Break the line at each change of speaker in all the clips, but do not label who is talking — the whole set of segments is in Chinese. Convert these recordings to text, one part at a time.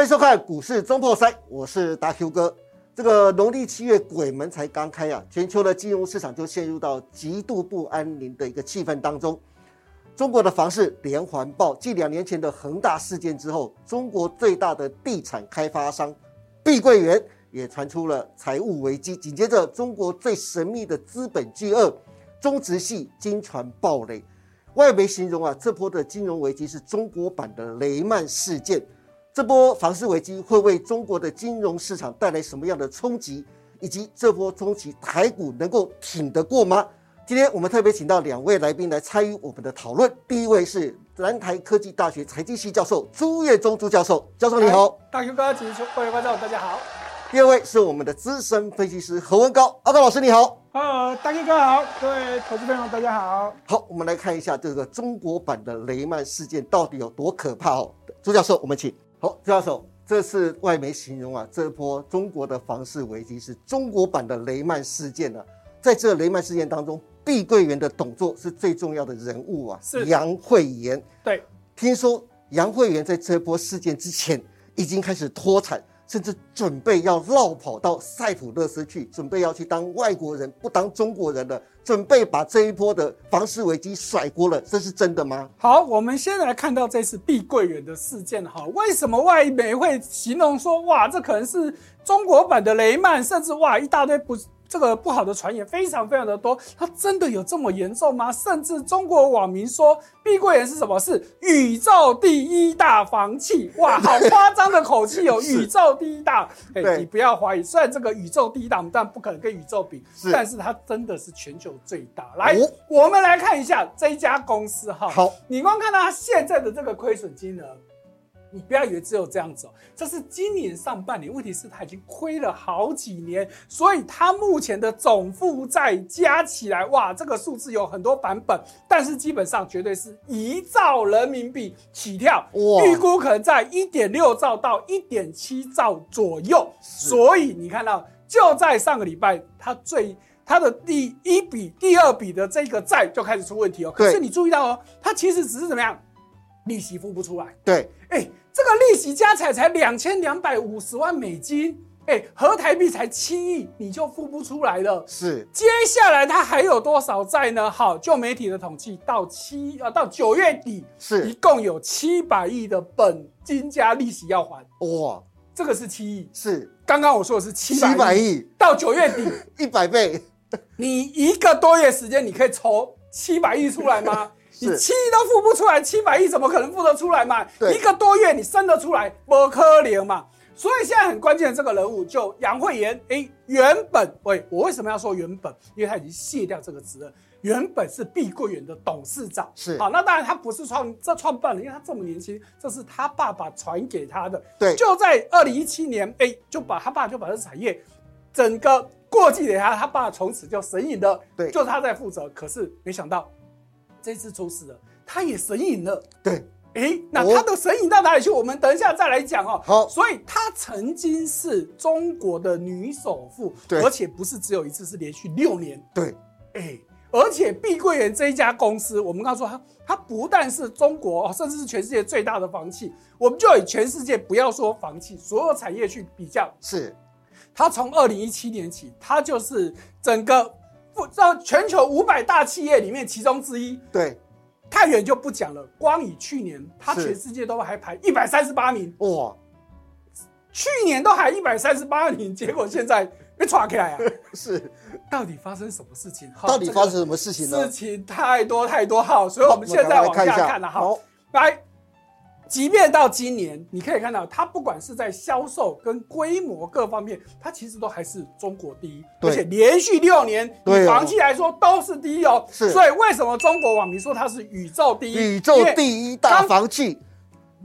迎收看股市中破塞，我是达 Q 哥。这个农历七月鬼门才刚开啊，全球的金融市场就陷入到极度不安宁的一个气氛当中。中国的房市连环爆，继两年前的恒大事件之后，中国最大的地产开发商碧桂园也传出了财务危机。紧接着，中国最神秘的资本巨鳄中植系经传暴雷。外媒形容啊，这波的金融危机是中国版的雷曼事件。这波房市危机会为中国的金融市场带来什么样的冲击，以及这波冲击台股能够挺得过吗？今天我们特别请到两位来宾来参与我们的讨论。第一位是南台科技大学财经系教授朱月忠朱教授，教授你好。
哎大 Q 哥，请出各位观众，大家好。
第二位是我们的资深分析师何文高，阿高老师你好。
呃，大 Q 哥好，各位投资朋友大家好。
好，我们来看一下这个中国版的雷曼事件到底有多可怕哦。朱教授，我们请。好，朱教授，这是外媒形容啊，这波中国的房市危机是中国版的雷曼事件啊。在这雷曼事件当中，碧桂园的董座是最重要的人物啊，
是
杨惠妍。
对，
听说杨惠妍在这波事件之前已经开始脱产，甚至准备要绕跑到塞浦路斯去，准备要去当外国人，不当中国人了，准备把这一波的房市危机甩锅了，这是真的吗？
好，我们先来看到这次碧桂园的事件哈，为什么外媒会形容说哇，这可能是中国版的雷曼，甚至哇一大堆不这个不好的传言非常非常的多，它真的有这么严重吗？甚至中国网民说碧桂园是什么？是宇宙第一大房企，哇，好夸张的口气哦，
是
宇宙第一大，哎、
对
你不要怀疑，虽然这个宇宙第一大，我们当然不可能跟宇宙比，
是
但是它真的是全球最大。来，
哦
我们来看一下这一家公司哈，
好，
你光看到它现在的这个亏损金额，你不要以为只有这样子哦，这是今年上半年，问题是它已经亏了好几年，所以它目前的总负债加起来，哇，这个数字有很多版本，但是基本上绝对是一兆人民币起跳，
哇
预估可能在一点六兆到一点七兆左右，所以你看到就在上个礼拜，它最它的第一笔、第二笔的这个债就开始出问题哦。可
对
是你注意到哦，它其实只是怎么样，利息付不出来。
对，
哎、这个利息加起来才两千两百五十万美金，哎、合台币才七亿，你就付不出来了。
是
接下来它还有多少债呢？好，就媒体的统计，到七呃到九月底，一
是
共有七百亿的本金加利息要还，
哇，
这个是七亿。
是
刚刚我说的是七
七
百
百
亿，
亿，
到九月底，
一百倍，
你一个多月时间，你可以筹七百亿出来吗？
是
你七亿都付不出来，七百亿怎么可能付得出来嘛？
对
一个多月你生得出来，不可怜嘛。所以现在很关键的这个人物就杨惠妍，诶，原本喂，我为什么要说原本？因为他已经卸掉这个职了，原本是碧桂园的董事长，
是
好，那当然他不是创这创办人，因为他这么年轻，这是他爸爸传给他的，
对，
就在二零一七年，哎，就把他爸就把这产业整个过继给他，他爸从此就神隐了，
对
就他在负责。可是没想到这次出事了，他也神隐了。
对，
哎，那
哦
他的神隐到哪里去？我们等一下再来讲哦。
好
所以她曾经是中国的女首富，
对
而且不是只有一次，是连续六年。
对，
哎，而且碧桂园这一家公司，我们刚刚说它，它不但是中国，哦甚至是全世界最大的房企。我们就以全世界不要说房企，所有产业去比较，
是
它从二零一七年起，它就是整个不到全球五百大企业里面其中之一。
对，
太远就不讲了，光以去年，它
是
全世界都还排 一百三十八名，
哇，
去年都还一百三十八名，结果现在被抓起来啊！
是，
到底发生什么事情？好
到底
这个
发生什么事情呢
事？情太多太多好，所以我们现在
赶
往
快
下
来
看了啊好，，来，即便到今年，你可以看到它不管是在销售跟规模各方面，它其实都还是中国第一，
对
而且连续六年，
对
以
哦
房企来说都是第一哦。
是
所以为什么中国网民说它是宇宙第一？
宇宙
因为
第一大
刚
房企，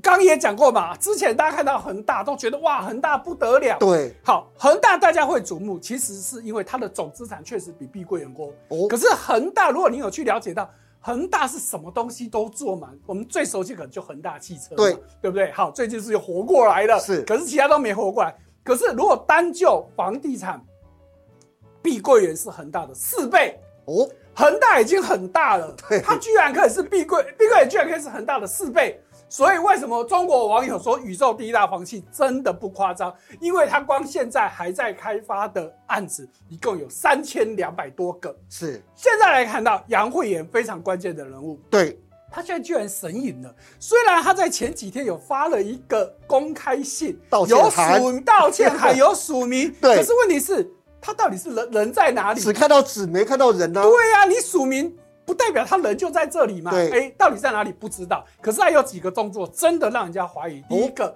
刚也讲过嘛，之前大家看到恒大都觉得哇，恒大不得了。
对，
好，恒大大家会瞩目，其实是因为它的总资产确实比碧桂园多。
哦
可是恒大，如果你有去了解到恒大是什么东西都做嘛，我们最熟悉可能就恒大汽车嘛，
对
对不对？好，最近是又活过来了，
是
可是其他都没活过来。可是如果单就房地产，碧桂园是恒大的四倍。
哦，
恒大已经很大了
对，
它居然可以是碧桂，碧桂园居然可以是恒大的四倍，所以为什么中国网友说宇宙第一大房企真的不夸张？因为它光现在还在开发的案子一共有三千两百多个。
是
现在来看到杨惠妍非常关键的人物，
对，
她现在居然神隐了。虽然她在前几天有发了一个公开信，
道歉
有
函
署道歉 函，有署名，
对
可是问题是，她到底是人人在哪里？
只看到纸没看到人啊呢、
对啊呀、你署名不代表他人就在这里嘛？
对
哎，到底在哪里不知道？可是还有几个动作真的让人家怀疑。第一个，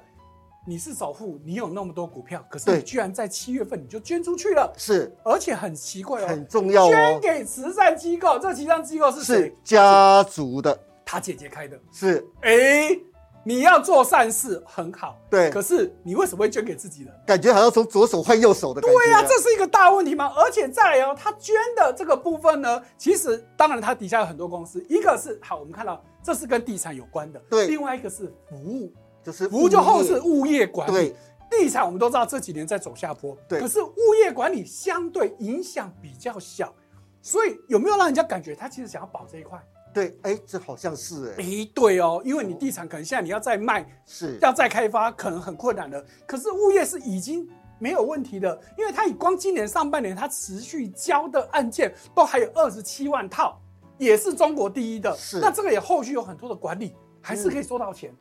你是首富，你有那么多股票，可是你
哦对
居然在七月份你就捐出去了，
是
而且很奇怪哦
很，重要
捐
哦，
给慈善机构，这慈善机构是谁
是？家族的，
他姐姐开的。
是
哎，你要做善事很好，
对
可是你为什么会捐给自己人？
感觉好像从左手换右手的感觉。啊
对呀、这是一个大问题吗？而且再来哦，他捐的这个部分呢，其实当然他底下有很多公司，一个是好，我们看到这是跟地产有关的，
对
另外一个是服务，
就是
服务就后是物业管理，
对，
地产我们都知道这几年在走下坡，
对
可是物业管理相对影响比较小，所以有没有让人家感觉他其实想要保这一块？
对，哎，这好像是哎，
诶，对哦，因为你地产可能现在你要再卖，
是
要再开发可能很困难了。可是物业是已经没有问题的，因为它以光今年上半年它持续交的案件都还有二十七万套，也是中国第一的。
是嗯
那这个也后续有很多的管理，还是可以收到钱。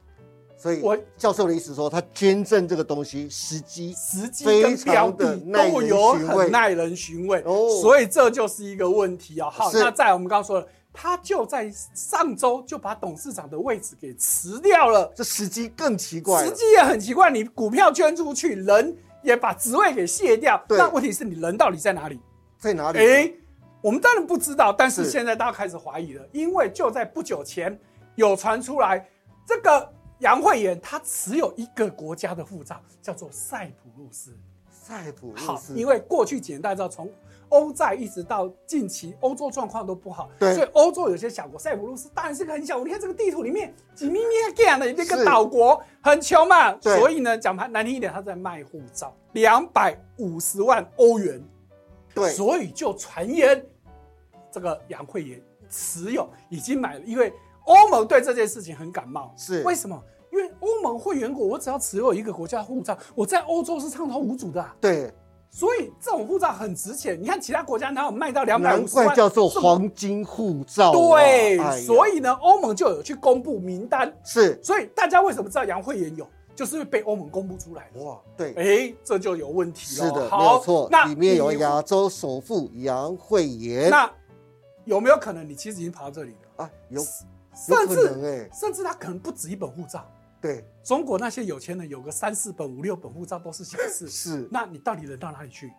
所以
我
教授的意思说，他捐赠这个东西时机
时机跟
非
标
常
的
的
都有
耐人寻味
很耐人寻味，
哦
所以这就是一个问题啊。好，
是
那在我们刚刚说了，他就在上周就把董事长的位置给辞掉了。
这时机更奇怪
实
了，
际也很奇怪，你股票捐出去，人也把职位给卸掉，
对
那问题是你人到底在哪里？
在哪里？
诶，我们当然不知道，但是
是
现在大家开始怀疑了，因为就在不久前有传出来，这个杨惠妍她持有一个国家的护照，叫做塞浦路斯。
塞浦路
好，
斯，
因为过去几年大家知道，从欧债一直到近期，欧洲状况都不好，
对
所以欧洲有些小国，塞浦路斯当然是个很小国。你看这个地图里面几咪咪干的一个
是
岛国，很穷嘛。
对
所以呢，讲盘难听一点，他在卖护照，两百五十万欧元。
对，
所以就传言这个杨惠妍持有已经买了，因为欧盟对这件事情很感冒。
是
为什么？因为欧盟会员国，我只要持有一个国家护照，我在欧洲是畅通无阻的啊、
对，
所以这种护照很值钱。你看其他国家哪有卖到两百
难
五十
怪
万？
叫做黄金护照啊。
对，
哎呀
所以呢，欧盟就有去公布名单。
是
所以大家为什么知道杨惠妍有，就是被欧盟公布出来了。
哇，对，
哎，这就有问题了。
是的，没
好，
有错
那，
里面有
你
亚洲首富杨惠妍
那有没有可能你其实已经跑到这里了？
啊，有有
甚
可
至
能哎，
甚至他可能不止一本护照。
对，
中国那些有钱人有个三四本、五六本护照都是小事。
是
那你到底人到哪里去？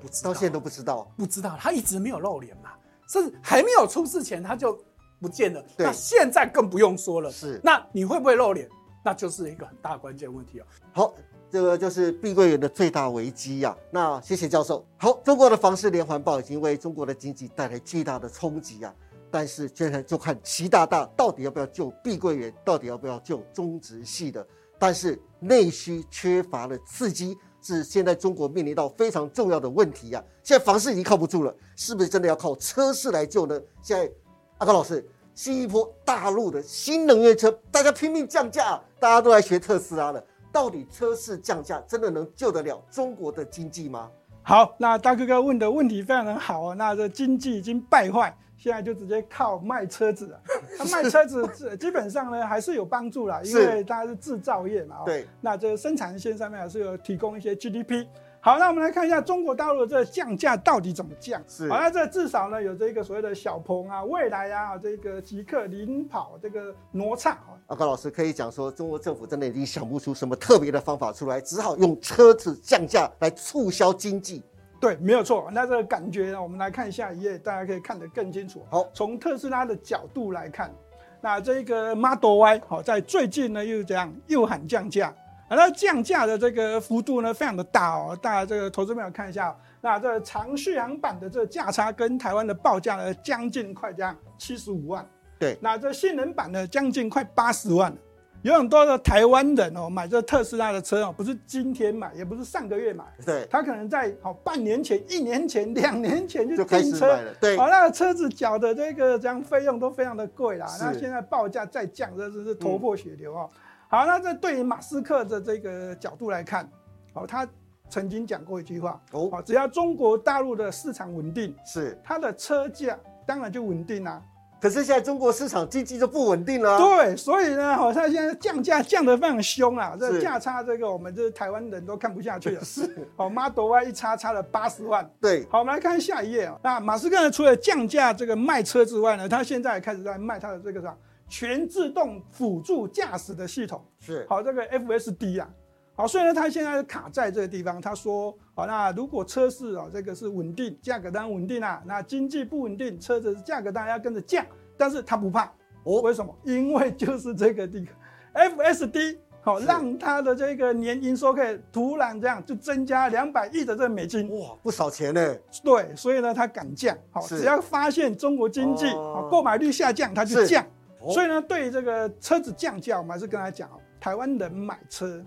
不知道。
到现在都不知道，
不知道，他一直没有露脸嘛，甚至还没有出事前他就不见了。
对
那现在更不用说了。
是
那你会不会露脸？那就是一个很大关键问题哦。
好，这个就是碧桂园的最大危机呀、那谢谢教授。好，中国的房市连环爆已经为中国的经济带来巨大的冲击啊。但是现在就看习大大到底要不要救碧桂园，到底要不要救中植系的。但是内需缺乏了刺激，是现在中国面临到非常重要的问题呀、现在房市已经靠不住了，是不是真的要靠车市来救呢？现在阿高老师，新一波大陆的新能源车，大家拼命降价，大家都来学特斯拉了。到底车市降价真的能救得了中国的经济吗？
好，那大哥哥问的问题非常的好哦。那这经济已经败坏，现在就直接靠卖 车子了。那卖车子基基本上呢还是有帮助啦，因
是
为它是制造业嘛、哦。
对，
那这生产线上面还是有提供一些 GDP。好，那我们来看一下中国大陆的这个降价到底怎么降。
是
好，那这至少呢有这个所谓的小鹏啊、蔚来啊、这个极客、领跑、这个哪吒啊，
阿高老师可以讲说，中国政府真的已经想不出什么特别的方法出来，只好用车子降价来促销经济。
对，没有错。那这个感觉呢，我们来看下一页，大家可以看得更清楚。
好
从特斯拉的角度来看，那这个 Model Y 好、在最近呢又怎样又喊降价，啊，那降价的这个幅度呢非常的大哦。大家这个投资朋友看一下哦、那这个长续航版的这个价差跟台湾的报价呢将近快这样七十五万，
对
那这性能版呢将近快八十万。有很多的台湾人哦，买这特斯拉的车哦，不是今天买，也不是上个月买，
对，
他可能在好、半年前、一年前、两年前就
就开
订
始
车，
买了，对
好、，那个车子缴的这个这样费用都非常的贵啦。
是嗯
那现在报价再降，这真是头破血流哦。好，那这对于马斯克的这个角度来看，好、他曾经讲过一句话，
哦，
好、只要中国大陆的市场稳定，
是。
它的车价当然就稳定啦、啊
可是现在中国市场经济就不稳定了啊、
对，所以呢，好，它现在降价降得非常凶啊，这
是
价差这个我们这台湾人都看不下去 了。是，好，Model Y 一差差了八十万。
对，
好，我们来看下一页啊。那马斯克呢，除了降价这个卖车之外呢，他现在也开始在卖他的这个啥全自动辅助驾驶的系统。
是
好，这个 FSD 啊，好，所以呢，他现在卡在这个地方。他说，好，那如果车市哦，这个是稳定，价格当然稳定啊。那经济不稳定，车子价格当然要跟着降，但是他不怕。
哦
为什么？因为就是这个地 FSD。好，
是
让他的这个年营收可以突然这样就增加两百亿的这个美金，
哇，不少钱呢，
对，所以呢，它敢降，好，
是
只要发现中国经济
哦
好购买率下降，它就是降。
哦
所以呢，对于这个车子降价，我们还是跟他讲哦，台湾人买车，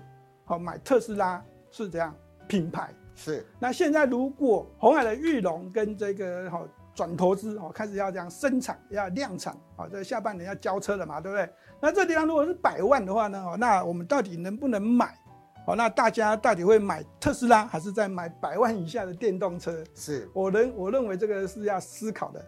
好买特斯拉是这样品牌。
是
那现在如果红海的玉龙跟这个好转投资哦，开始要这样生产，要量产，好，这下半年要交车了嘛，对不对？那这地方如果是百万的话呢，哦，那我们到底能不能买？好，那大家到底会买特斯拉，还是在买百万以下的电动车？
是
我认我认为这个是要思考的。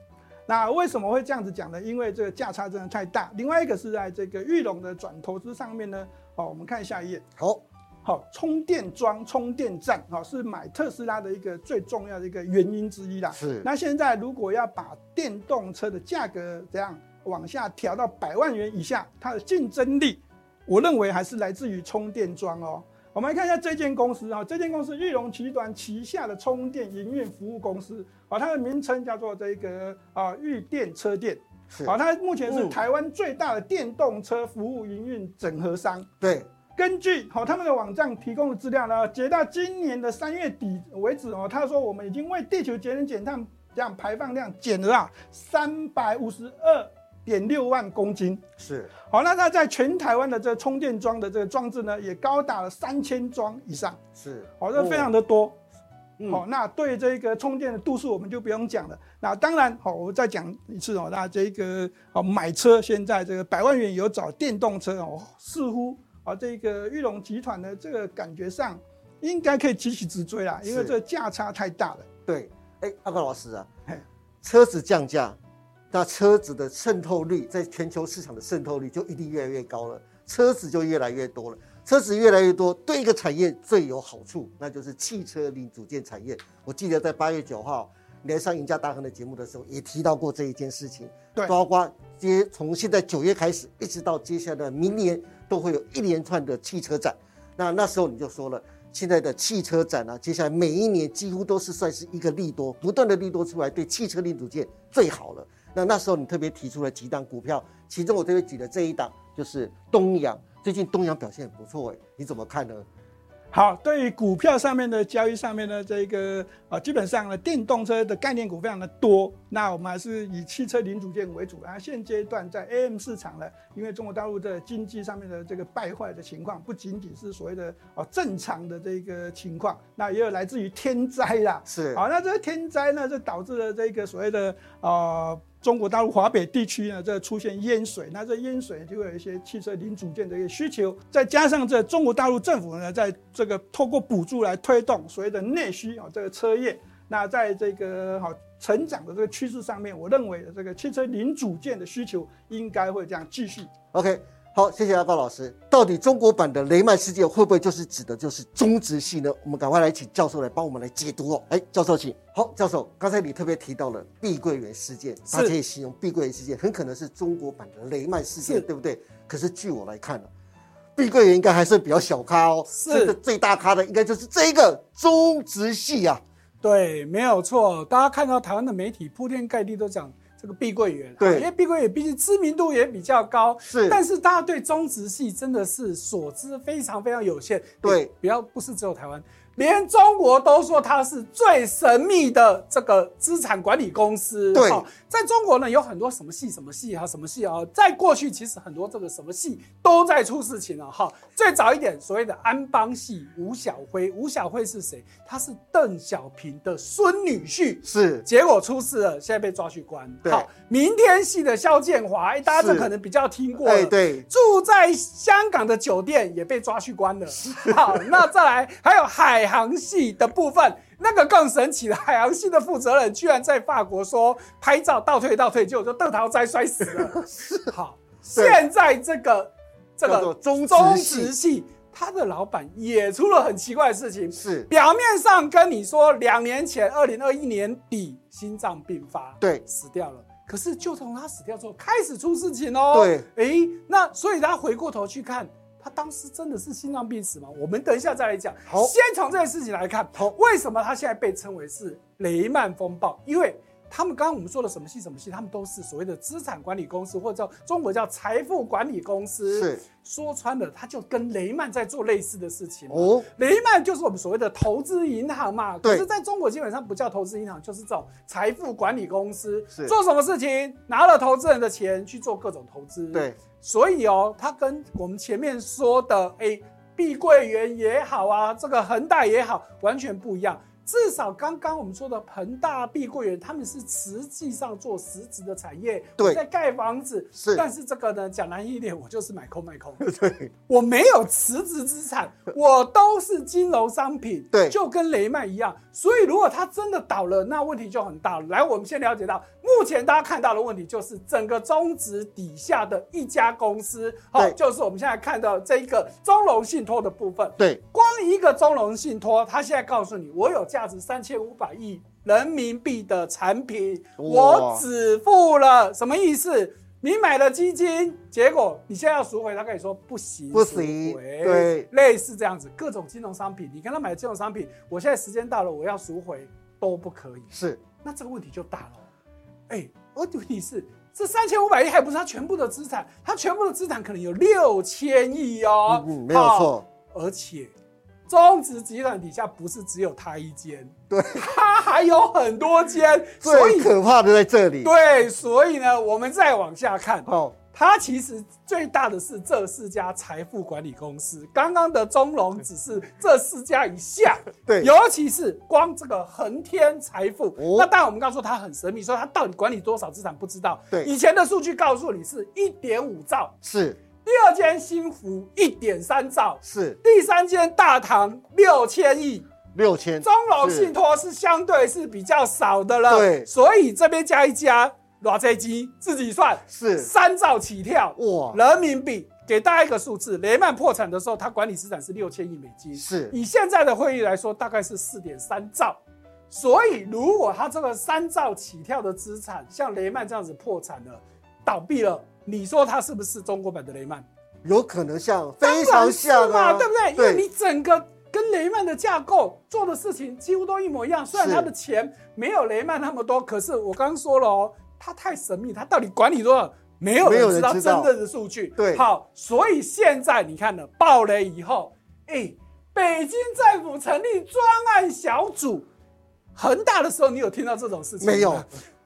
那为什么会这样子讲呢？因为这个价差真的太大。另外一个是在这个玉龙的转投资上面呢，哦，我们看下一页，
好，
好、充电桩、充电站，好、是买特斯拉的一个最重要的一个原因之一啦。
是
那现在如果要把电动车的价格怎样往下调到百万元以下，它的竞争力，我认为还是来自于充电桩哦。我们来看一下这间公司啊、这间公司裕隆集团旗下的充电营运服务公司啊、它的名称叫做这个啊裕电车电
是
啊、，它目前是
嗯
台湾最大的电动车服务营运整合商。
对，
根据好、他们的网站提供的资料呢，截到今年的三月底为止哦，他说我们已经为地球节能减碳这样排放量减了啊三百五十二点六万公斤。
是
好，那它在全台湾的这个充电桩的这个装置呢，也高达了三千桩以上，
是，
好、这非常的多。
嗯
哦
好、那对这个充电的度数我们就不用讲了。那当然，好、我再讲一次哦，那这个哦买车现在这个百万元有找电动车哦，似乎啊、哦、这个裕隆集团的这个感觉上应该可以急起直追啦，因为
是
这个价差太大了。
对，哎，阿高老师啊
嘿，
车子降价，那车子的渗透率在全球市场的渗透率就一定越来越高了，车子就越来越多了，车子越来越多，对一个产业最有好处，那就是汽车零组件产业。我记得在八月九号连上赢家大亨的节目的时候，也提到过这一件事情，
对
包括接从现在九月开始，一直到接下来的明年，都会有一连串的汽车展。那那时候你就说了，现在的汽车展啊，接下来每一年几乎都是算是一个利多，不断的利多出来，对汽车零组件最好了。那那时候你特别提出了几档股票，其中我特别举的这一档就是东阳，最近东阳表现很不错哎、你怎么看呢？
好，对于股票上面的交易上面呢，这个啊，基本上呢，电动车的概念股非常的多。那我们还是以汽车零组件为主啊。现阶段在 AM 市场呢，因为中国大陆的经济上面的这个败坏的情况，不仅仅是所谓的啊正常的这个情况，那也有来自于天灾啦。
是
好，那这个天灾呢，就导致了这个所谓的呃中国大陆华北地区呢，这出现淹水，那这淹水就会有一些汽车零组件的一个需求，再加上这中国大陆政府呢，在这个透过补助来推动所谓的内需啊、哦，这个车业，那在这个好、成长的这个趋势上面，我认为这个汽车零组件的需求应该会这样继续
OK，好，谢谢阿高老师。到底中国版的雷曼事件会不会就是指的就是中植系呢？我们赶快来请教授来帮我们来解读哦。哎，教授请。好，教授，刚才你特别提到了碧桂园事件，
是
大家也形容碧桂园事件很可能是中国版的雷曼事件
是，
对不对？可是据我来看呢、碧桂园应该还是比较小咖哦，
是
真的最大咖的应该就是这个中植系啊，
对，没有错。大家看到台湾的媒体铺天盖地都讲这个碧桂园，啊
对
因为碧桂园毕竟知名度也比较高，
是
但是大家对中植系真的是所知非常非常有限。
对
诶不要不是只有台湾，连中国都说它是最神秘的这个资产管理公司。
对
好在中国呢有很多什么系什么系啊什么系啊，在过去其实很多这个什么系都在出事情了哈。啊最早一点所谓的安邦系吴小辉，吴小辉是谁？他是邓小平的孙女婿。
是
结果出事了，现在被抓去关。
对
好，明天系的肖建华，哎，大家这
是
可能比较听过了。
哎对，
住在香港的酒店也被抓去关了。 好，那再来还有海航系的部分，那个更神奇了。海航系的负责人居然在法国说拍照倒退倒退，结果就邓桃斋摔死 了。好，
对
现在这个这
叫做
个
中
中
植系
植系，他的老板也出了很奇怪的事情。
是，
表面上跟你说两年前，二零二一年底心脏病发，
对
死掉了。可是就从他死掉之后开始出事情哦。
对，
诶，那所以他回过头去看，他当时真的是心脏病死吗？我们等一下再来讲。
好
先从这件事情来看，
好
为什么他现在被称为是雷曼风暴？因为他们刚刚我们说的什么系什么系，他们都是所谓的资产管理公司，或者叫中国叫财富管理公司。
是
说穿了，他就跟雷曼在做类似的事情嘛。
哦，
雷曼就是我们所谓的投资银行嘛，
对
可是在中国基本上不叫投资银行，就是这种财富管理公司
是，
做什么事情拿了投资人的钱去做各种投资，，
对，
所以哦，它跟我们前面说的，哎，碧桂园也好啊，这个恒大也好，完全不一样。至少刚刚我们说的恒大、碧桂园，他们是实际上做实质的产业，
对
我在盖房子。
是
但是这个呢，讲难一点，我就是买空卖空。
对，
我没有辞职 资产，我都是金融商品，
对
就跟雷曼一样。所以如果它真的倒了，那问题就很大了。来，我们先了解到，目前大家看到的问题就是整个中值底下的一家公司，好，
对
就是我们现在看到这一个中融信托的部分。
对，
光一个中融信托，它现在告诉你，我有价值三千五百亿人民币的产品，
哇
我只付了什么意思？你买了基金，结果你现在要赎回，他跟你说不行，
不行
赎回
对
类似这样子，各种金融商品，你跟他买的金融商品，我现在时间到了，我要赎回都不可以，
是，
那这个问题就大了。哎，而问题是，这三千五百亿还不是他全部的资产，他全部的资产可能有六千亿哦，
嗯，没有
好
错，
而且中植集团底下不是只有他一间，
对，
他还有很多间，所
最
以
可怕的在这里。
对，所以呢，我们再往下看，
好，
它其实最大的是这四家财富管理公司，刚刚的中融只是这四家以下，
对
尤其是光这个恒天财富，
哦
那当然我们刚说它很神秘，说它到底管理多少资产不知道，
对
以前的数据告诉你是一点五兆，
是
第二间新福一点三兆，
是
第三间大堂六千亿，
六千，
中融信托是相对是比较少的了，
对
所以这边加一加，偌这基自己算
是
三兆起跳，
哇
人民币。给大家一个数字，雷曼破产的时候，它管理资产是六千亿美金，
是
以现在的汇率来说，大概是四点三兆。所以，如果它这个三兆起跳的资产，像雷曼这样子破产了、倒闭了，你说它是不是中国版的雷曼？
有可能像，
当
非
然
常
是
像啊，
嘛，对不对？因为你整个跟雷曼的架构做的事情几乎都一模一样，虽然
是
他的钱没有雷曼那么多，可是我刚刚说了哦，他太神秘，他到底管理多少？没有
没有人
人知道真
知道
正的数据。
对
好，所以现在你看呢，爆雷以后，哎，北京政府成立专案小组，恒大的时候，你有听到这种事情吗
没有？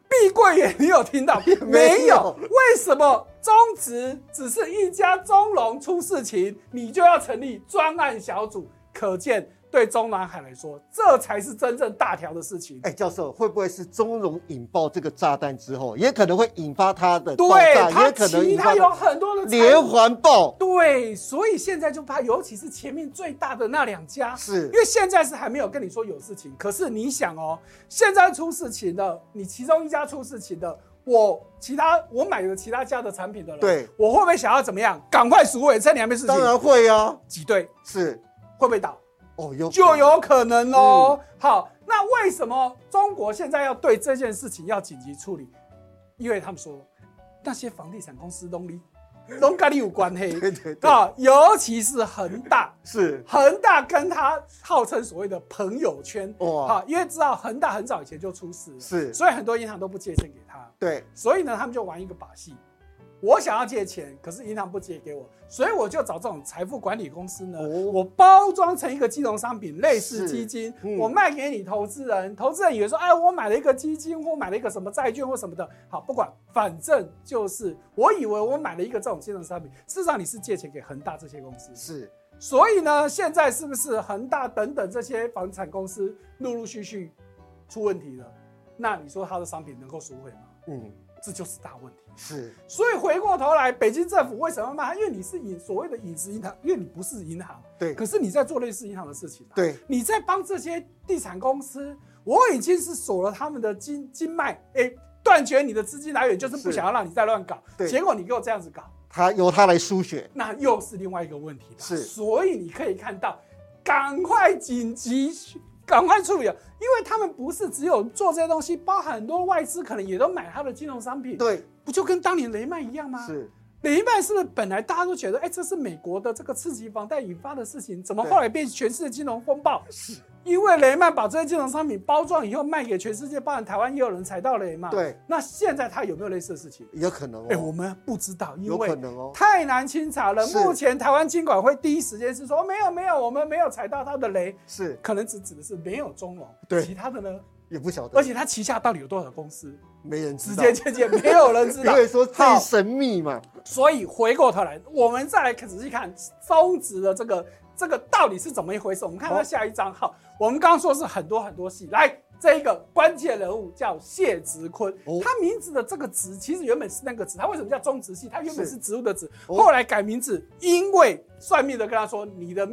碧桂园你有听到没
没
有
有？
为什么中植只是一家中融出事情，你就要成立专案小组？可见对中南海来说，这才是真正大条的事情。
哎，教授会不会是中融引爆这个炸弹之后，也可能会引发它的爆炸，
对，它
也可能
其
引发
他
它
有很多的
连
财
环爆？
对，所以现在就怕，尤其是前面最大的那两家，
是
因为现在是还没有跟你说有事情，可是你想哦，现在出事情的，你其中一家出事情的，我其他我买了其他家的产品的人，
对
我会不会想要怎么样？赶快赎回，趁你还没事情，
当然会啊，
挤兑
是
会不会倒？
哦，有
就有可能哦。
嗯
好，那为什么中国现在要对这件事情要紧急处理？因为他们说那些房地产公司拢你拢跟你有关系，
对对 对
啊，尤其是恒大。
是
恒大跟他号称所谓的朋友圈，
哇
好，因为知道恒大很早以前就出事了，
是
所以很多银行都不借钱给他，
对
所以呢，他们就玩一个把戏，我想要借钱，可是银行不借给我，所以我就找这种财富管理公司呢，
哦
我包装成一个金融商品，类似
是
基金，
嗯
我卖给你投资人，投资人以为说，哎，我买了一个基金，或买了一个什么债券或什么的，好，不管，反正就是我以为我买了一个这种金融商品，事实上你是借钱给恒大这些公司，
是
所以呢，现在是不是恒大等等这些房产公司陆陆续续出问题了？那你说它的商品能够赎回吗？
嗯
这就是大问题。
是
所以回过头来，北京政府为什么要骂它？因为你是隐所谓的隐私银行，因为你不是银行，
对
可是你在做类似银行的事情、啊，，
对
你在帮这些地产公司，我已经是锁了他们的经经脉，哎、断绝你的资金来源，就是不
是
想要让你再乱搞。
对
结果你给我这样子搞，
他由他来输血，
那又是另外一个问题了。
是
所以你可以看到，赶快紧急，赶快处理了，因为他们不是只有做这些东西，包含很多外资可能也都买他的金融商品，
对
不就跟当年雷曼一样吗？
是
雷曼是不是本来大家都觉得，哎、这是美国的这个刺激房贷引发的事情，怎么
对
后来变全世界金融风暴？是因为雷曼把这些金融商品包装以后卖给全世界，包含台湾也有人踩到雷嘛？。
对，
那现在他有没有类似的事情？
有可能
哎、我
哦，
们不知道，因
有可
为
能哦，
太难清查了。
是
目前台湾金管会第一时间是说没有没有，我们没有踩到他的雷，
是
可能只指的是没有中融，
对
其他的呢？
也不晓得，
而且他旗下到底有多少公司？
没人
直
知道
接，借鉴，没有人 知
因
道。
为说最
好
神秘嘛，
所以回过头来，我们再来仔细看中职的这个这个到底是怎么一回事。我们看
好
到下一章哈，我们刚刚说是很多很多戏，来这一个关键人物叫谢植坤，
哦
他名字的这个职其实原本是那个职，他为什么叫中职系？他原本
是
是植物的职，
哦
后来改名字，因为算命的跟他说你的。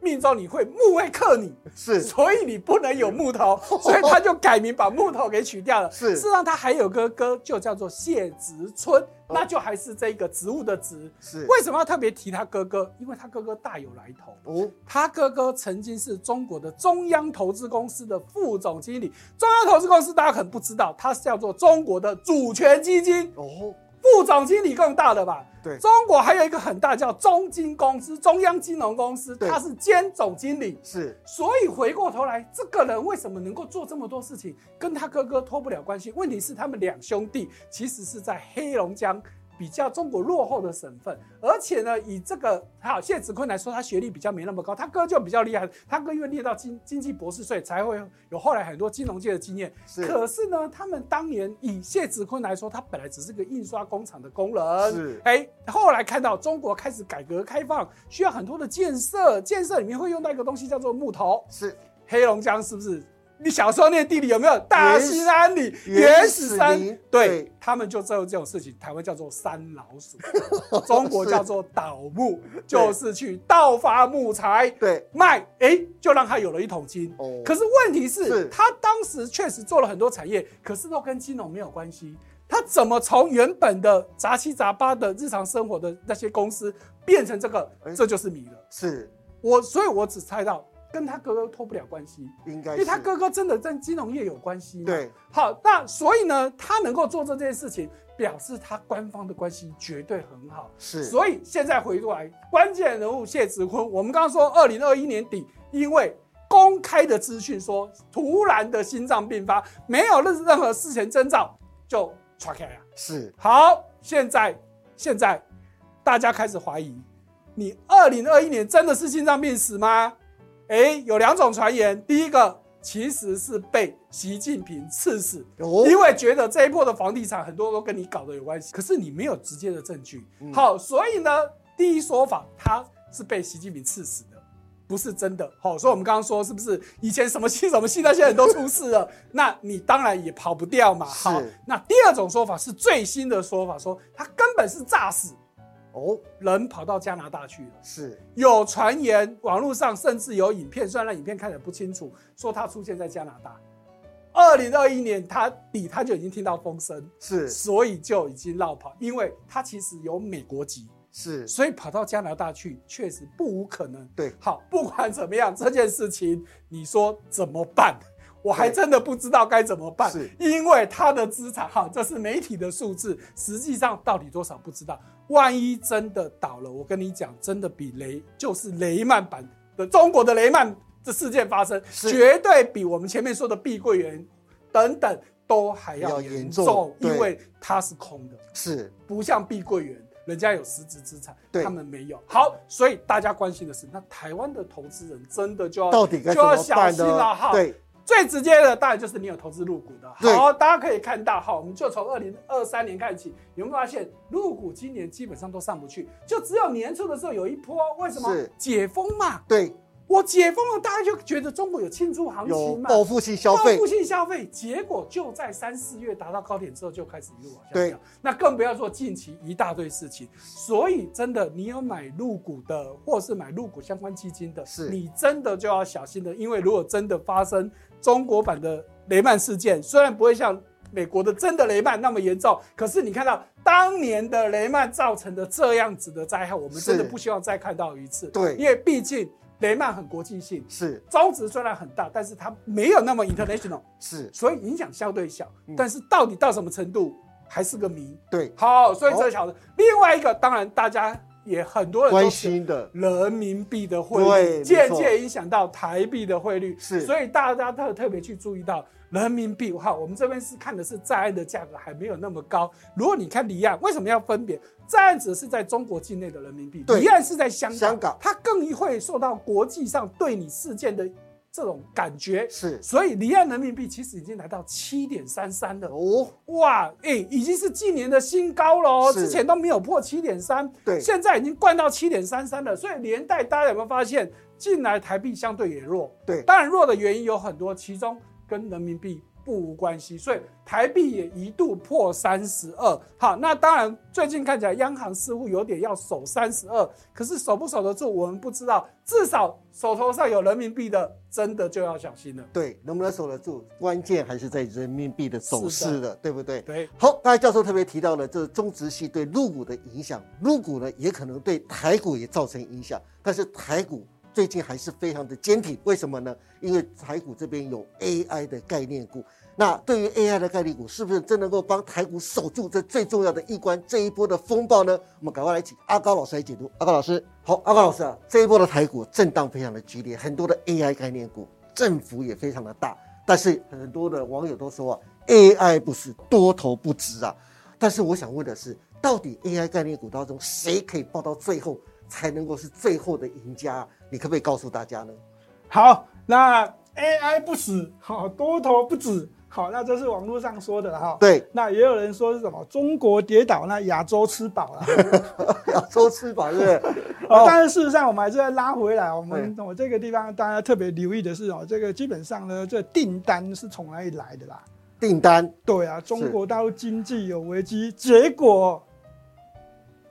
命中你会木会克你，
是
所以你不能有木 头，所以他就改名把木头给取掉了。
是
事实上他还有个歌就叫做谢植村，那就还是这个植物的植。
哦是
为什么要特别提他哥哥？因为他哥哥大有来头。
哦，
他哥哥曾经是中国的中央投资公司的副总经理。中央投资公司大家可能不知道，它是叫做中国的主权基金。
哦，
副总经理更大的吧？
对
中国还有一个很大叫中金公司，中央金融公司，
对
它是兼总经理。
是
所以回过头来，这个人为什么能够做这么多事情，跟他哥哥脱不了关系？问题是他们两兄弟其实是在黑龙江比较中国落后的省份，而且呢，以这个好谢子坤来说，他学历比较没那么高，他哥就比较厉害，他哥因为念到经经济博士，所以才会有后来很多金融界的经验。
是
可是呢，他们当年以谢子坤来说，他本来只是个印刷工厂的工人，
是
哎，后来看到中国开始改革开放，需要很多的建设，建设里面会用到一个东西叫做木头。
是
黑龙江是不是？你小时候念地理有没有？大兴安岭
原
原
始
始
原
山
始林，对
对他们就做这种事情，台湾叫做山老 鼠，中国叫做倒木，就是去盗伐木材
对
卖，哎，就让他有了一桶金。
哦，
可是问题
是
是，他当时确实做了很多产业，可是都跟金融没有关系。他怎么从原本的杂七杂八的日常生活的那些公司变成这个
哎？
这就是谜了。
是
我，所以我只猜到跟他哥哥脱不了关系，
应该哎
因
是，
为他哥哥真的跟金融业有关系嘛。
对
好，那所以呢，他能够做这件事情，表示他官方的关系绝对很好。
是
所以现在回过来，关键人物谢子坤，我们刚刚说，二零二一年底，因为公开的资讯说突然的心脏病发，没有任任何事前征兆，就传开了。
是
好，现在现在大家开始怀疑，你二零二一年真的是心脏病死吗？诶，有两种传言，第一个其实是被习近平刺死。
哦，
因为觉得这一波的房地产很多都跟你搞得有关系，可是你没有直接的证据。
嗯
好，所以呢，第一说法他是被习近平刺死的，不是真的。好，所以我们刚刚说是不是以前什么戏什么戏那些人都出事 了，那你当然也跑不掉嘛。好
是，
那第二种说法是最新的说法，说他根本是诈死，
哦
人跑到加拿大去了。
是
有传言，网络上甚至有影片，虽然那影片看起来不清楚，说他出现在加拿大。二零二一年他底他就已经听到风声，
是
所以就已经绕跑，因为他其实有美国籍，
是
所以跑到加拿大去确实不无可能。
对
好，不管怎么样，这件事情你说怎么办？我还
对
真的不知道该怎么办
是，
因为他的资产，哈，这是媒体的数字，实际上到底多少不知道。万一真的倒了，我跟你讲，真的比雷就是雷曼版的中国的雷曼的事件发生，
是
绝对比我们前面说的碧桂园等等都还要
要
严
严
重，
重对
因为它是空的，
是
不像碧桂园，人家有实质资产，
对
他们没有。好，所以大家关心的是，那台湾的投资人真的就要
到底该
哦就
怎
要
么
小
办
心了哈
呢？。对，
最直接的当然就是你有投资入股的。
对
好，大家可以看到哈，我们就从二零二三年看起，有没有发现入股今年基本上都上不去，就只有年初的时候有一波，为什么
是？
解封嘛，
对，
我解封了，大家就觉得中国有庆祝行
有
情嘛，
报复性消费
报复，性消费，结果就在三四月达到高点之后就开始一路往下
对
掉。那更不要说近期一大堆事情。所以真的，你有买入股的，或是买入股相关基金的，
是
你真的就要小心了，因为如果真的发生中国版的雷曼事件，虽然不会像。美国的真的雷曼那么严重，可是你看到当年的雷曼造成的这样子的灾害，我们真的
是
不希望再看到一次。
对
因为毕竟雷曼很国际性，
是
中值虽然很大，但是它没有那么 international，
是，
所以影响相对小。
嗯
但是到底到什么程度还是个谜。
对，
好，所以这小的、另外一个，当然大家也很多人都
关
是
心的
人民币的汇率，
对
间
没错
接影响到台币的汇率，
是
所以大家特特别去注意到人民币。哈，我们这边是看的是债岸的价格还没有那么高。如果你看离岸，为什么要分别？债岸只是在中国境内的人民币，
对
离岸是在香港，
香港
它更会受到国际上对你事件的这种感觉。
是
所以离岸人民币其实已经来到七点三三了，
哦，
哇，哎、已经是近年的新高了哦，
是
之前都没有破七点三，
对
现在已经灌到七点三三了，所以连带大家有没有发现，近来台币相对也弱，
对
当然弱的原因有很多，其中跟人民币不无关系，所以台币也一度破三十二，好，那当然最近看起来央行似乎有点要守三十二，可是守不守得住我们不知道，至少手头上有人民币的，真的就要小心了，
对，能不能守得住，关键还是在人民币的走
是的
势了，对不对？
对，
好，刚才教授特别提到了，这中植系对入股的影响，入股呢也可能对台股也造成影响，但是台股最近还是非常的坚挺，为什么呢？因为台股这边有 AI 的概念股，那对于 AI 的概念股，是不是真能够帮台股守住这最重要的一关这一波的风暴呢？我们赶快来请阿高老师来解读。阿高老师，好，阿高老师啊，这一波的台股震荡非常的剧烈，很多的 AI 概念股振幅也非常的大，但是很多的网友都说啊，AI 不是多头不值啊。但是我想问的是，到底 AI 概念股当中，谁可以报到最后才能够是最后的赢家啊、你可不可以告诉大家呢？
好，那 AI 不死，好、多头不止，好、那这是网络上说的啦哈、
对，
那也有人说是什么中国跌倒，那亚洲吃饱了。
亚洲翅膀是不是
哦，
哦，
但是事实上，我们还是要拉回来。我们我这个地方大家特别留意的是哦，这个基本上呢，这订单是从哪里来的啦？
订单
对啊，中国大陆经济有危机，结果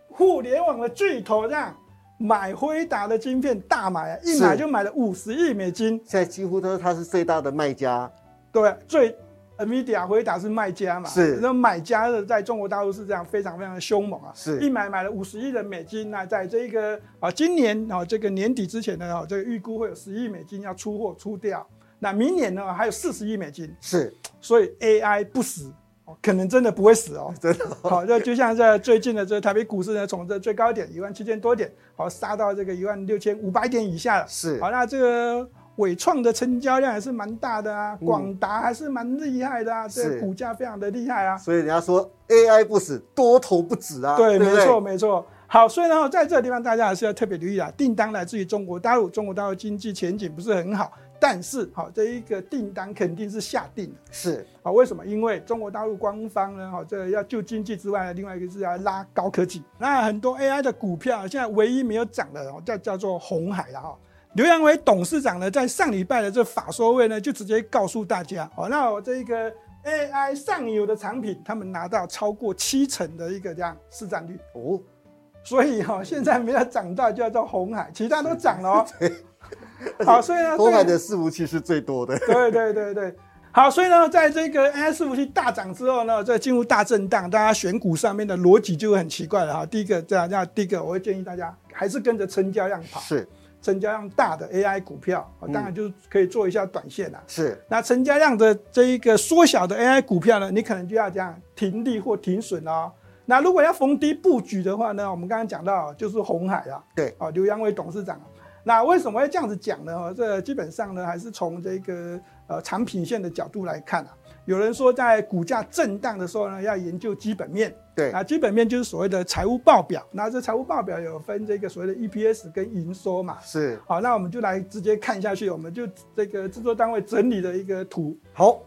互联网的巨头让买辉达的晶片大买啊，一买
是
就买了五十亿美金。
现在几乎都是它是最大的卖家，
对，啊最 NVIDIA 回答是卖家嘛，
是
那买家的在中国大陆是这样非常非常的凶猛啊，
是
一买买了五十亿的美金，那在这个啊今年啊这个年底之前呢，啊这个预估会有十亿美金要出货出掉，那明年呢还有四十亿美金，
是
所以 AI 不死。哦可能真的不会死哦，
真的
好，这就像这最近的这台北股市呢，从这最高点一万七千多点，好杀到这个一万六千五百点以下了。
是
好，那这个伟创的成交量还是蛮大的啊，
嗯
广达还是蛮厉害的啊，这个
是
股价非常的厉害啊。
所以人家说 AI 不死，多头不止啊，
对，
不
没错，，没错。好，所以呢，在这个地方大家还是要特别留意啊，订单来自于中国大陆，中国大陆经济前景不是很好，但是好、这一个订单肯定是下定的。
是
啊，为什么？因为中国大陆官方呢，哈、这要救经济之外，另外一个是要拉高科技。那很多 AI 的股票现在唯一没有涨的，哦，叫叫做红海了哈、刘扬伟董事长呢，在上礼拜的这法说会呢，就直接告诉大家，哦，那我这一个 AI 上游的产品，他们拿到超过七成的一个这样市占率，
哦，
所以哈、现在没有涨到就叫做红海，其他都 涨了哦。好，所以呢，
东海
这个
的伺服器是最多的，
对对对对。好，所以呢，在这个 AI 伺服器大涨之后呢，在进入大震荡，大家选股上面的逻辑就会很奇怪了哈。第一个，这样，那第一个，我会建议大家还是跟着成交量跑，
是
成交量大的 AI 股票，哦当然就是可以做一下短线啊啦。
是
那成交量的这一个缩小的 AI 股票呢，你可能就要这样停利或停损哦。那如果要逢低布局的话呢，我们刚刚讲到就是红海啊，
对，
哦，刘扬伟董事长啊。那为什么会这样子讲呢？哦，这基本上呢还是从这个呃产品线的角度来看啊，有人说在股价震荡的时候呢，要研究基本面。
对
啊，基本面就是所谓的财务报表。那这财务报表有分这个所谓的 EPS 跟营收嘛。
是
好，那我们就来直接看下去，我们就这个制作单位整理的一个图。
好，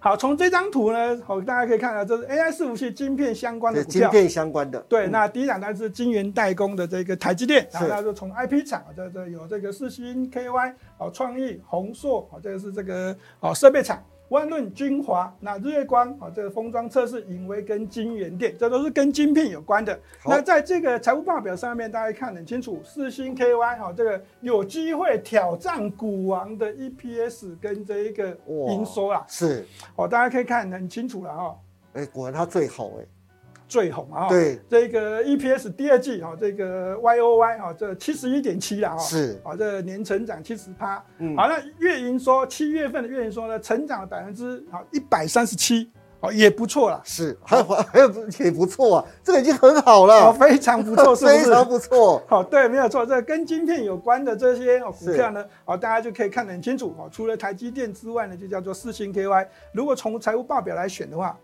好，从这张图呢，好，大家可以看到，这是 AI 伺服器晶片相关的
这
股
晶
票。
片相关的，
对，那第一档单是晶圆代工的这个台积电，然
嗯
后
是
它就从 IP 厂，这这有这个四星 KY 哦，创意、宏硕哦，这个是这个哦设备厂，万润、君华，那日月光哦，这个封装测试、影威跟晶圆店，这都是跟晶片有关的。
好
那在这个财务报表上面，大家看得很清楚，四星 KY 哦，这个有机会挑战股王的 EPS 跟这一个
哇
营收啦，
嗯是，
哦，大家可以看得很清楚了哦，
哎，果然它最好哎，
最红啊、哦。
对，
这个 EPS 第二季哈、这个 YOY 哈、这七十一点七了哈，
是，
好、这年成长七十趴。
嗯，
好，那月营收七月份的月营收呢，成长了百分之好一百三十七，哦也不错啦，
是，还还也不错啊，这个已经很好
哦
了，
非常 不错，是不
啊非
是？
常不错，
好、对，没有错，这跟晶片有关的这些、哦、股票呢，哦，大家就可以看得很清楚哦。除了台积电之外呢，就叫做四星 KY。如果从财务报表来选的话，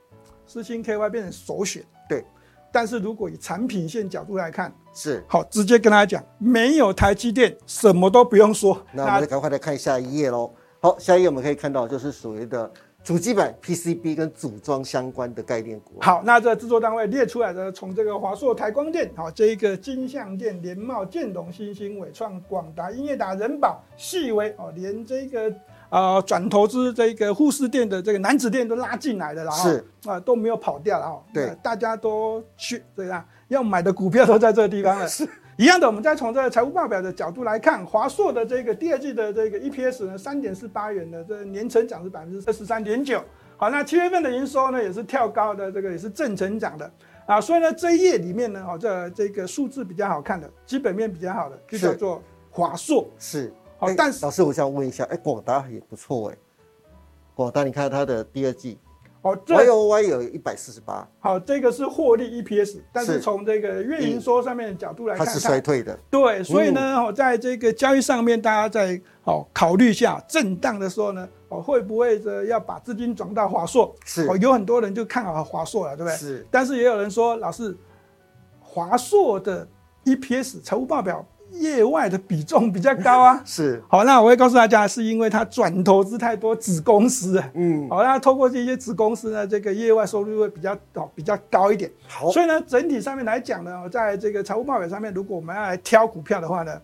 四星 KY 变成首选。
对，
但是如果以产品线角度来看，
是。
好，直接跟大家讲，没有台积电，什么都不用说。
那我们就赶快来看下一页喽。好，下一页我们可以看到就是所谓的主机板 PCB 跟组装相关的概念股。
好，那这制作单位列出来的，从这个华硕、台光电，好，这一个金像电、联茂、建龙、新星、伟创、广达、英业达、人保、细微，哦，连这个呃转投资这个护士店的这个男子店都拉进来的了，哈
是
啊、都没有跑掉了哈。
对
那大家都去对吧？要买的股票都在这个地 方了。一样的，我们再从这个财务报表的角度来看，华硕的这个第二季的这个 EPS 呢，三点四八元的，这年成长是百分之二十三点九。好，那七月份的营收呢也是跳高的，这个也是正成长的啊。所以呢，这一页里面呢，哦，这这个数字比较好看的，基本面比较好的，就是叫做华硕。
是，
好
哎
但是
老师，我想问一下，哎，广达也不错哎，广达你看它的第二季
哦，这
Y O Y 有一百四十八，
好，这个是获利 EPS，但是
是
从这个月营收上面的角度来
它
看，
是衰退的，
对，所以呢，哦，在这个交易上面，大家在哦考虑一下，震荡的时候呢，哦会不会这要把资金转到华硕？
是
哦，有很多人就看好华硕了，对不对？
是。
但是也有人说，老师，华硕的 EPS 财务报表业外的比重比较高啊
是，
好，那我会告诉大家，是因为它转投资太多子公司了。
嗯，
好，那透过这些子公司呢，这个业外收入会比较哦比较高一点。
好，
所以呢，整体上面来讲呢，在这个财务报表上面，如果我们要来挑股票的话呢，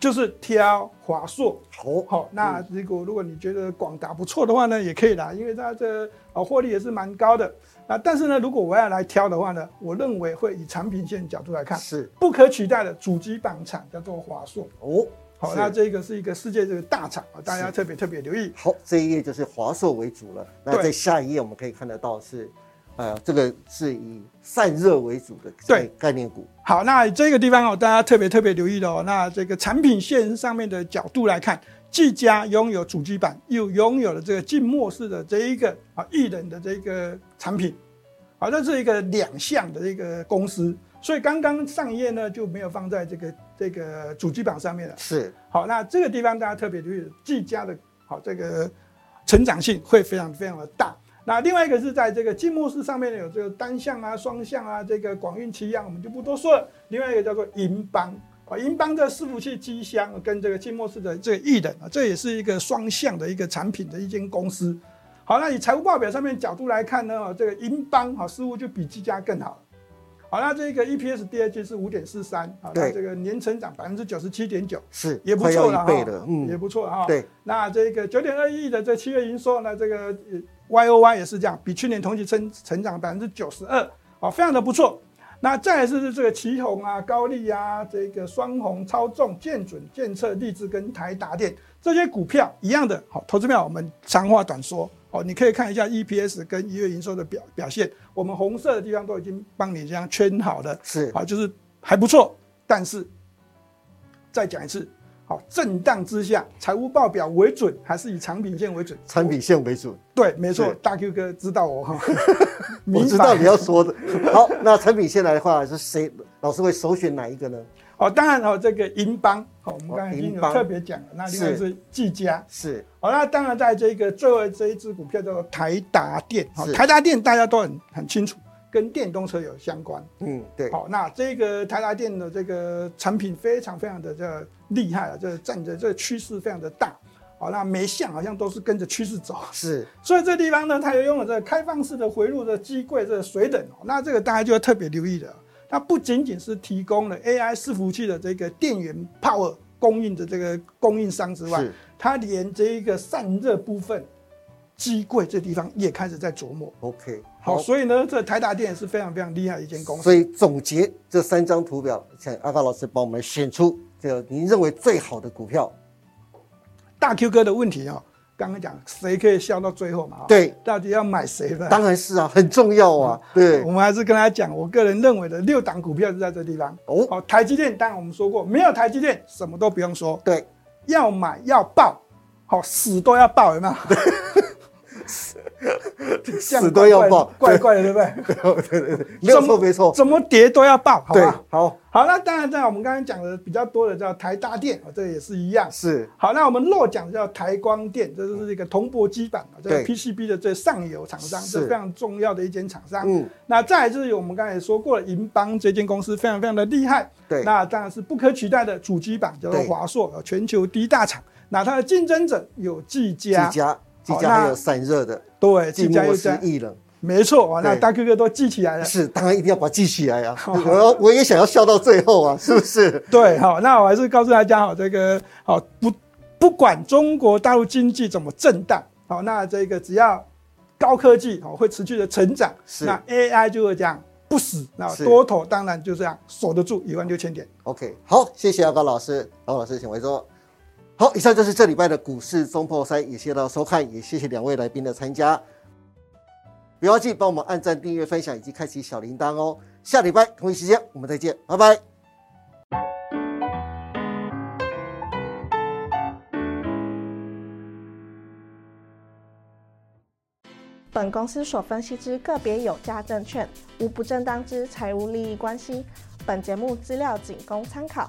就是挑华硕。
好，
好、那
嗯
如果如果你觉得广达不错的话呢，也可以啦，因为它的呃获利也是蛮高的。啊，但是呢，如果我要来挑的话呢，我认为会以产品线角度来看，
是
不可取代的主机板厂叫做华硕。
哦，
好，
是
那这个是一个世界这个大厂啊，大家
是
特别特别留意。
好，这一页就是华硕为主了。那
对
在下一页我们可以看得到是，呃，这个是以散热为主的
对
概念股，
好，那这个地方哦，大家特别特别留意的哦。那这个产品线上面的角度来看，技嘉拥有主机板，又拥有了这个静默式的这一个啊艺人的这个产品，好，这是一个两项的一个公司。所以刚刚上一页呢就没有放在这个这个主机板上面了。
是
好，那这个地方大家特别留意，技嘉的好这个成长性会非常非常的大。那另外一个是在这个静默式上面呢，有这个单向啊、双向啊，这个广运奇样我们就不多说了。另外一个叫做银邦啊，银邦的伺服器机箱跟这个静默式的这个艺人啊，这也是一个双向的一个产品的一间公司。好，那以财务报表上面角度来看呢，哦这个银邦啊似乎就比技嘉更好了。好，那这个 EPS 第二季是五点四三啊，那
对
这个年成长百分之九十七点九，
是，
也不
快要
错了
一
哈
倍了，，
也
嗯，
不错哈。，
对，
那这个九点二亿的这七月营收呢，这个呃 Y O Y 也是这样，比去年同期增成长百分之九十二，哦，非常的不错。那再来是这个旗宏啊、高丽啊、这个双红、超重、建准、建策、立志跟台达电这些股票一样的，好、投资票我们长话短说，哦，你可以看一下 EPS 跟一月营收的表表现，我们红色的地方都已经帮你这样圈好了，
是
好，就是还不错，但是再讲一次，好，震荡之下，财务报表为准，还是以产品线为准？
产品线为主。
对，没错
是，
大 Q 哥知 道我哈，
我
明
知
白
道你要说 的。好，那产品线来的话是谁？老师会首选哪一个呢？
哦，当然哦，这个银邦好，我们刚才已经
银
有
邦
特别讲了。那另外
是
是技嘉，
是
好，那当然在这个最后这一只股票叫做台达电，好，
是
台达电大家都很很清楚，跟电动车有相关。
嗯对
好，那这个台达电的这个产品非常非常的这个厉害啊，这个占着这个趋势非常的大。好，那每项好像都是跟着趋势走，
是
所以这地方呢，它也用了这个开放式的回路的机柜这个水冷哦，那这个大家就要特别留意的。它不仅仅是提供了 AI 伺服器的这个电源 power 供应的这个供应商之外
是，
它连这一个散热部分机柜这地方也开始在琢磨。
OK
好，所以呢，这台达电也是非常非常厉害的一间公司。
所以总结这三张图表，请阿高老师帮我们选出这个您认为最好的股票。
大 Q 哥的问题哦，刚刚讲谁可以笑到最后嘛？哦
对，
到底要买谁呢？
当然是啊，很重要啊。对
嗯我，们还是跟他讲，我个人认为的六档股票就在这地方。
哦
好，台积电，当然我们说过，没有台积电什么都不用说，
对，
要买要爆，好、死都要爆，有没有？这样
死都要爆
怪怪的，怪怪的对不对？
对对对，没有
怎么
错没错。
怎么跌都要爆，好
对
吧？，
好
好，那当然，在我们刚刚讲的比较多的叫台大电，哦，这也是一样。
是
好，那我们漏讲叫台光电，这就是一个铜箔基板嘛，这个
对
PCB 的最上游厂商，
是
是非常重要的一间厂商。
嗯，
那再来就是我们刚才也说过了，银邦这间公司非常非常的厉害，
对
那当然是不可取代的主机板，叫做
对
华硕，呃全球第一大厂。那它的竞争者有技
技
嘉，
嘉，技
好
嘉还
那
有散热的，
对，
寂
技嘉又
寞是
在，
艺 人，
没错啊，那
对
大哥哥都记起来了。
是当然一定要把它记起 来啊。我要我也想要笑到最后啊，是不是？
对，好，那我还是告诉大家，好，这个好不不管中国大陆经济怎么震荡，好，那这个只要高科技好会持续的成长，
是
那 AI 就会这样不死，那
是
多头当然就这样守得住一万六千点。
OK，好，谢谢阿高老师，高老师请回座。好，以上就是这礼拜的股市中破塞，也谢谢大家收看，也谢谢两位来宾的参加。不要忘记帮我们按赞、订阅、分享以及开启小铃铛哦。下礼拜同一时间我们再见，拜拜。
本公司所分析之个别有价证券，无不正当之财务利益关系。本节目资料仅供参考，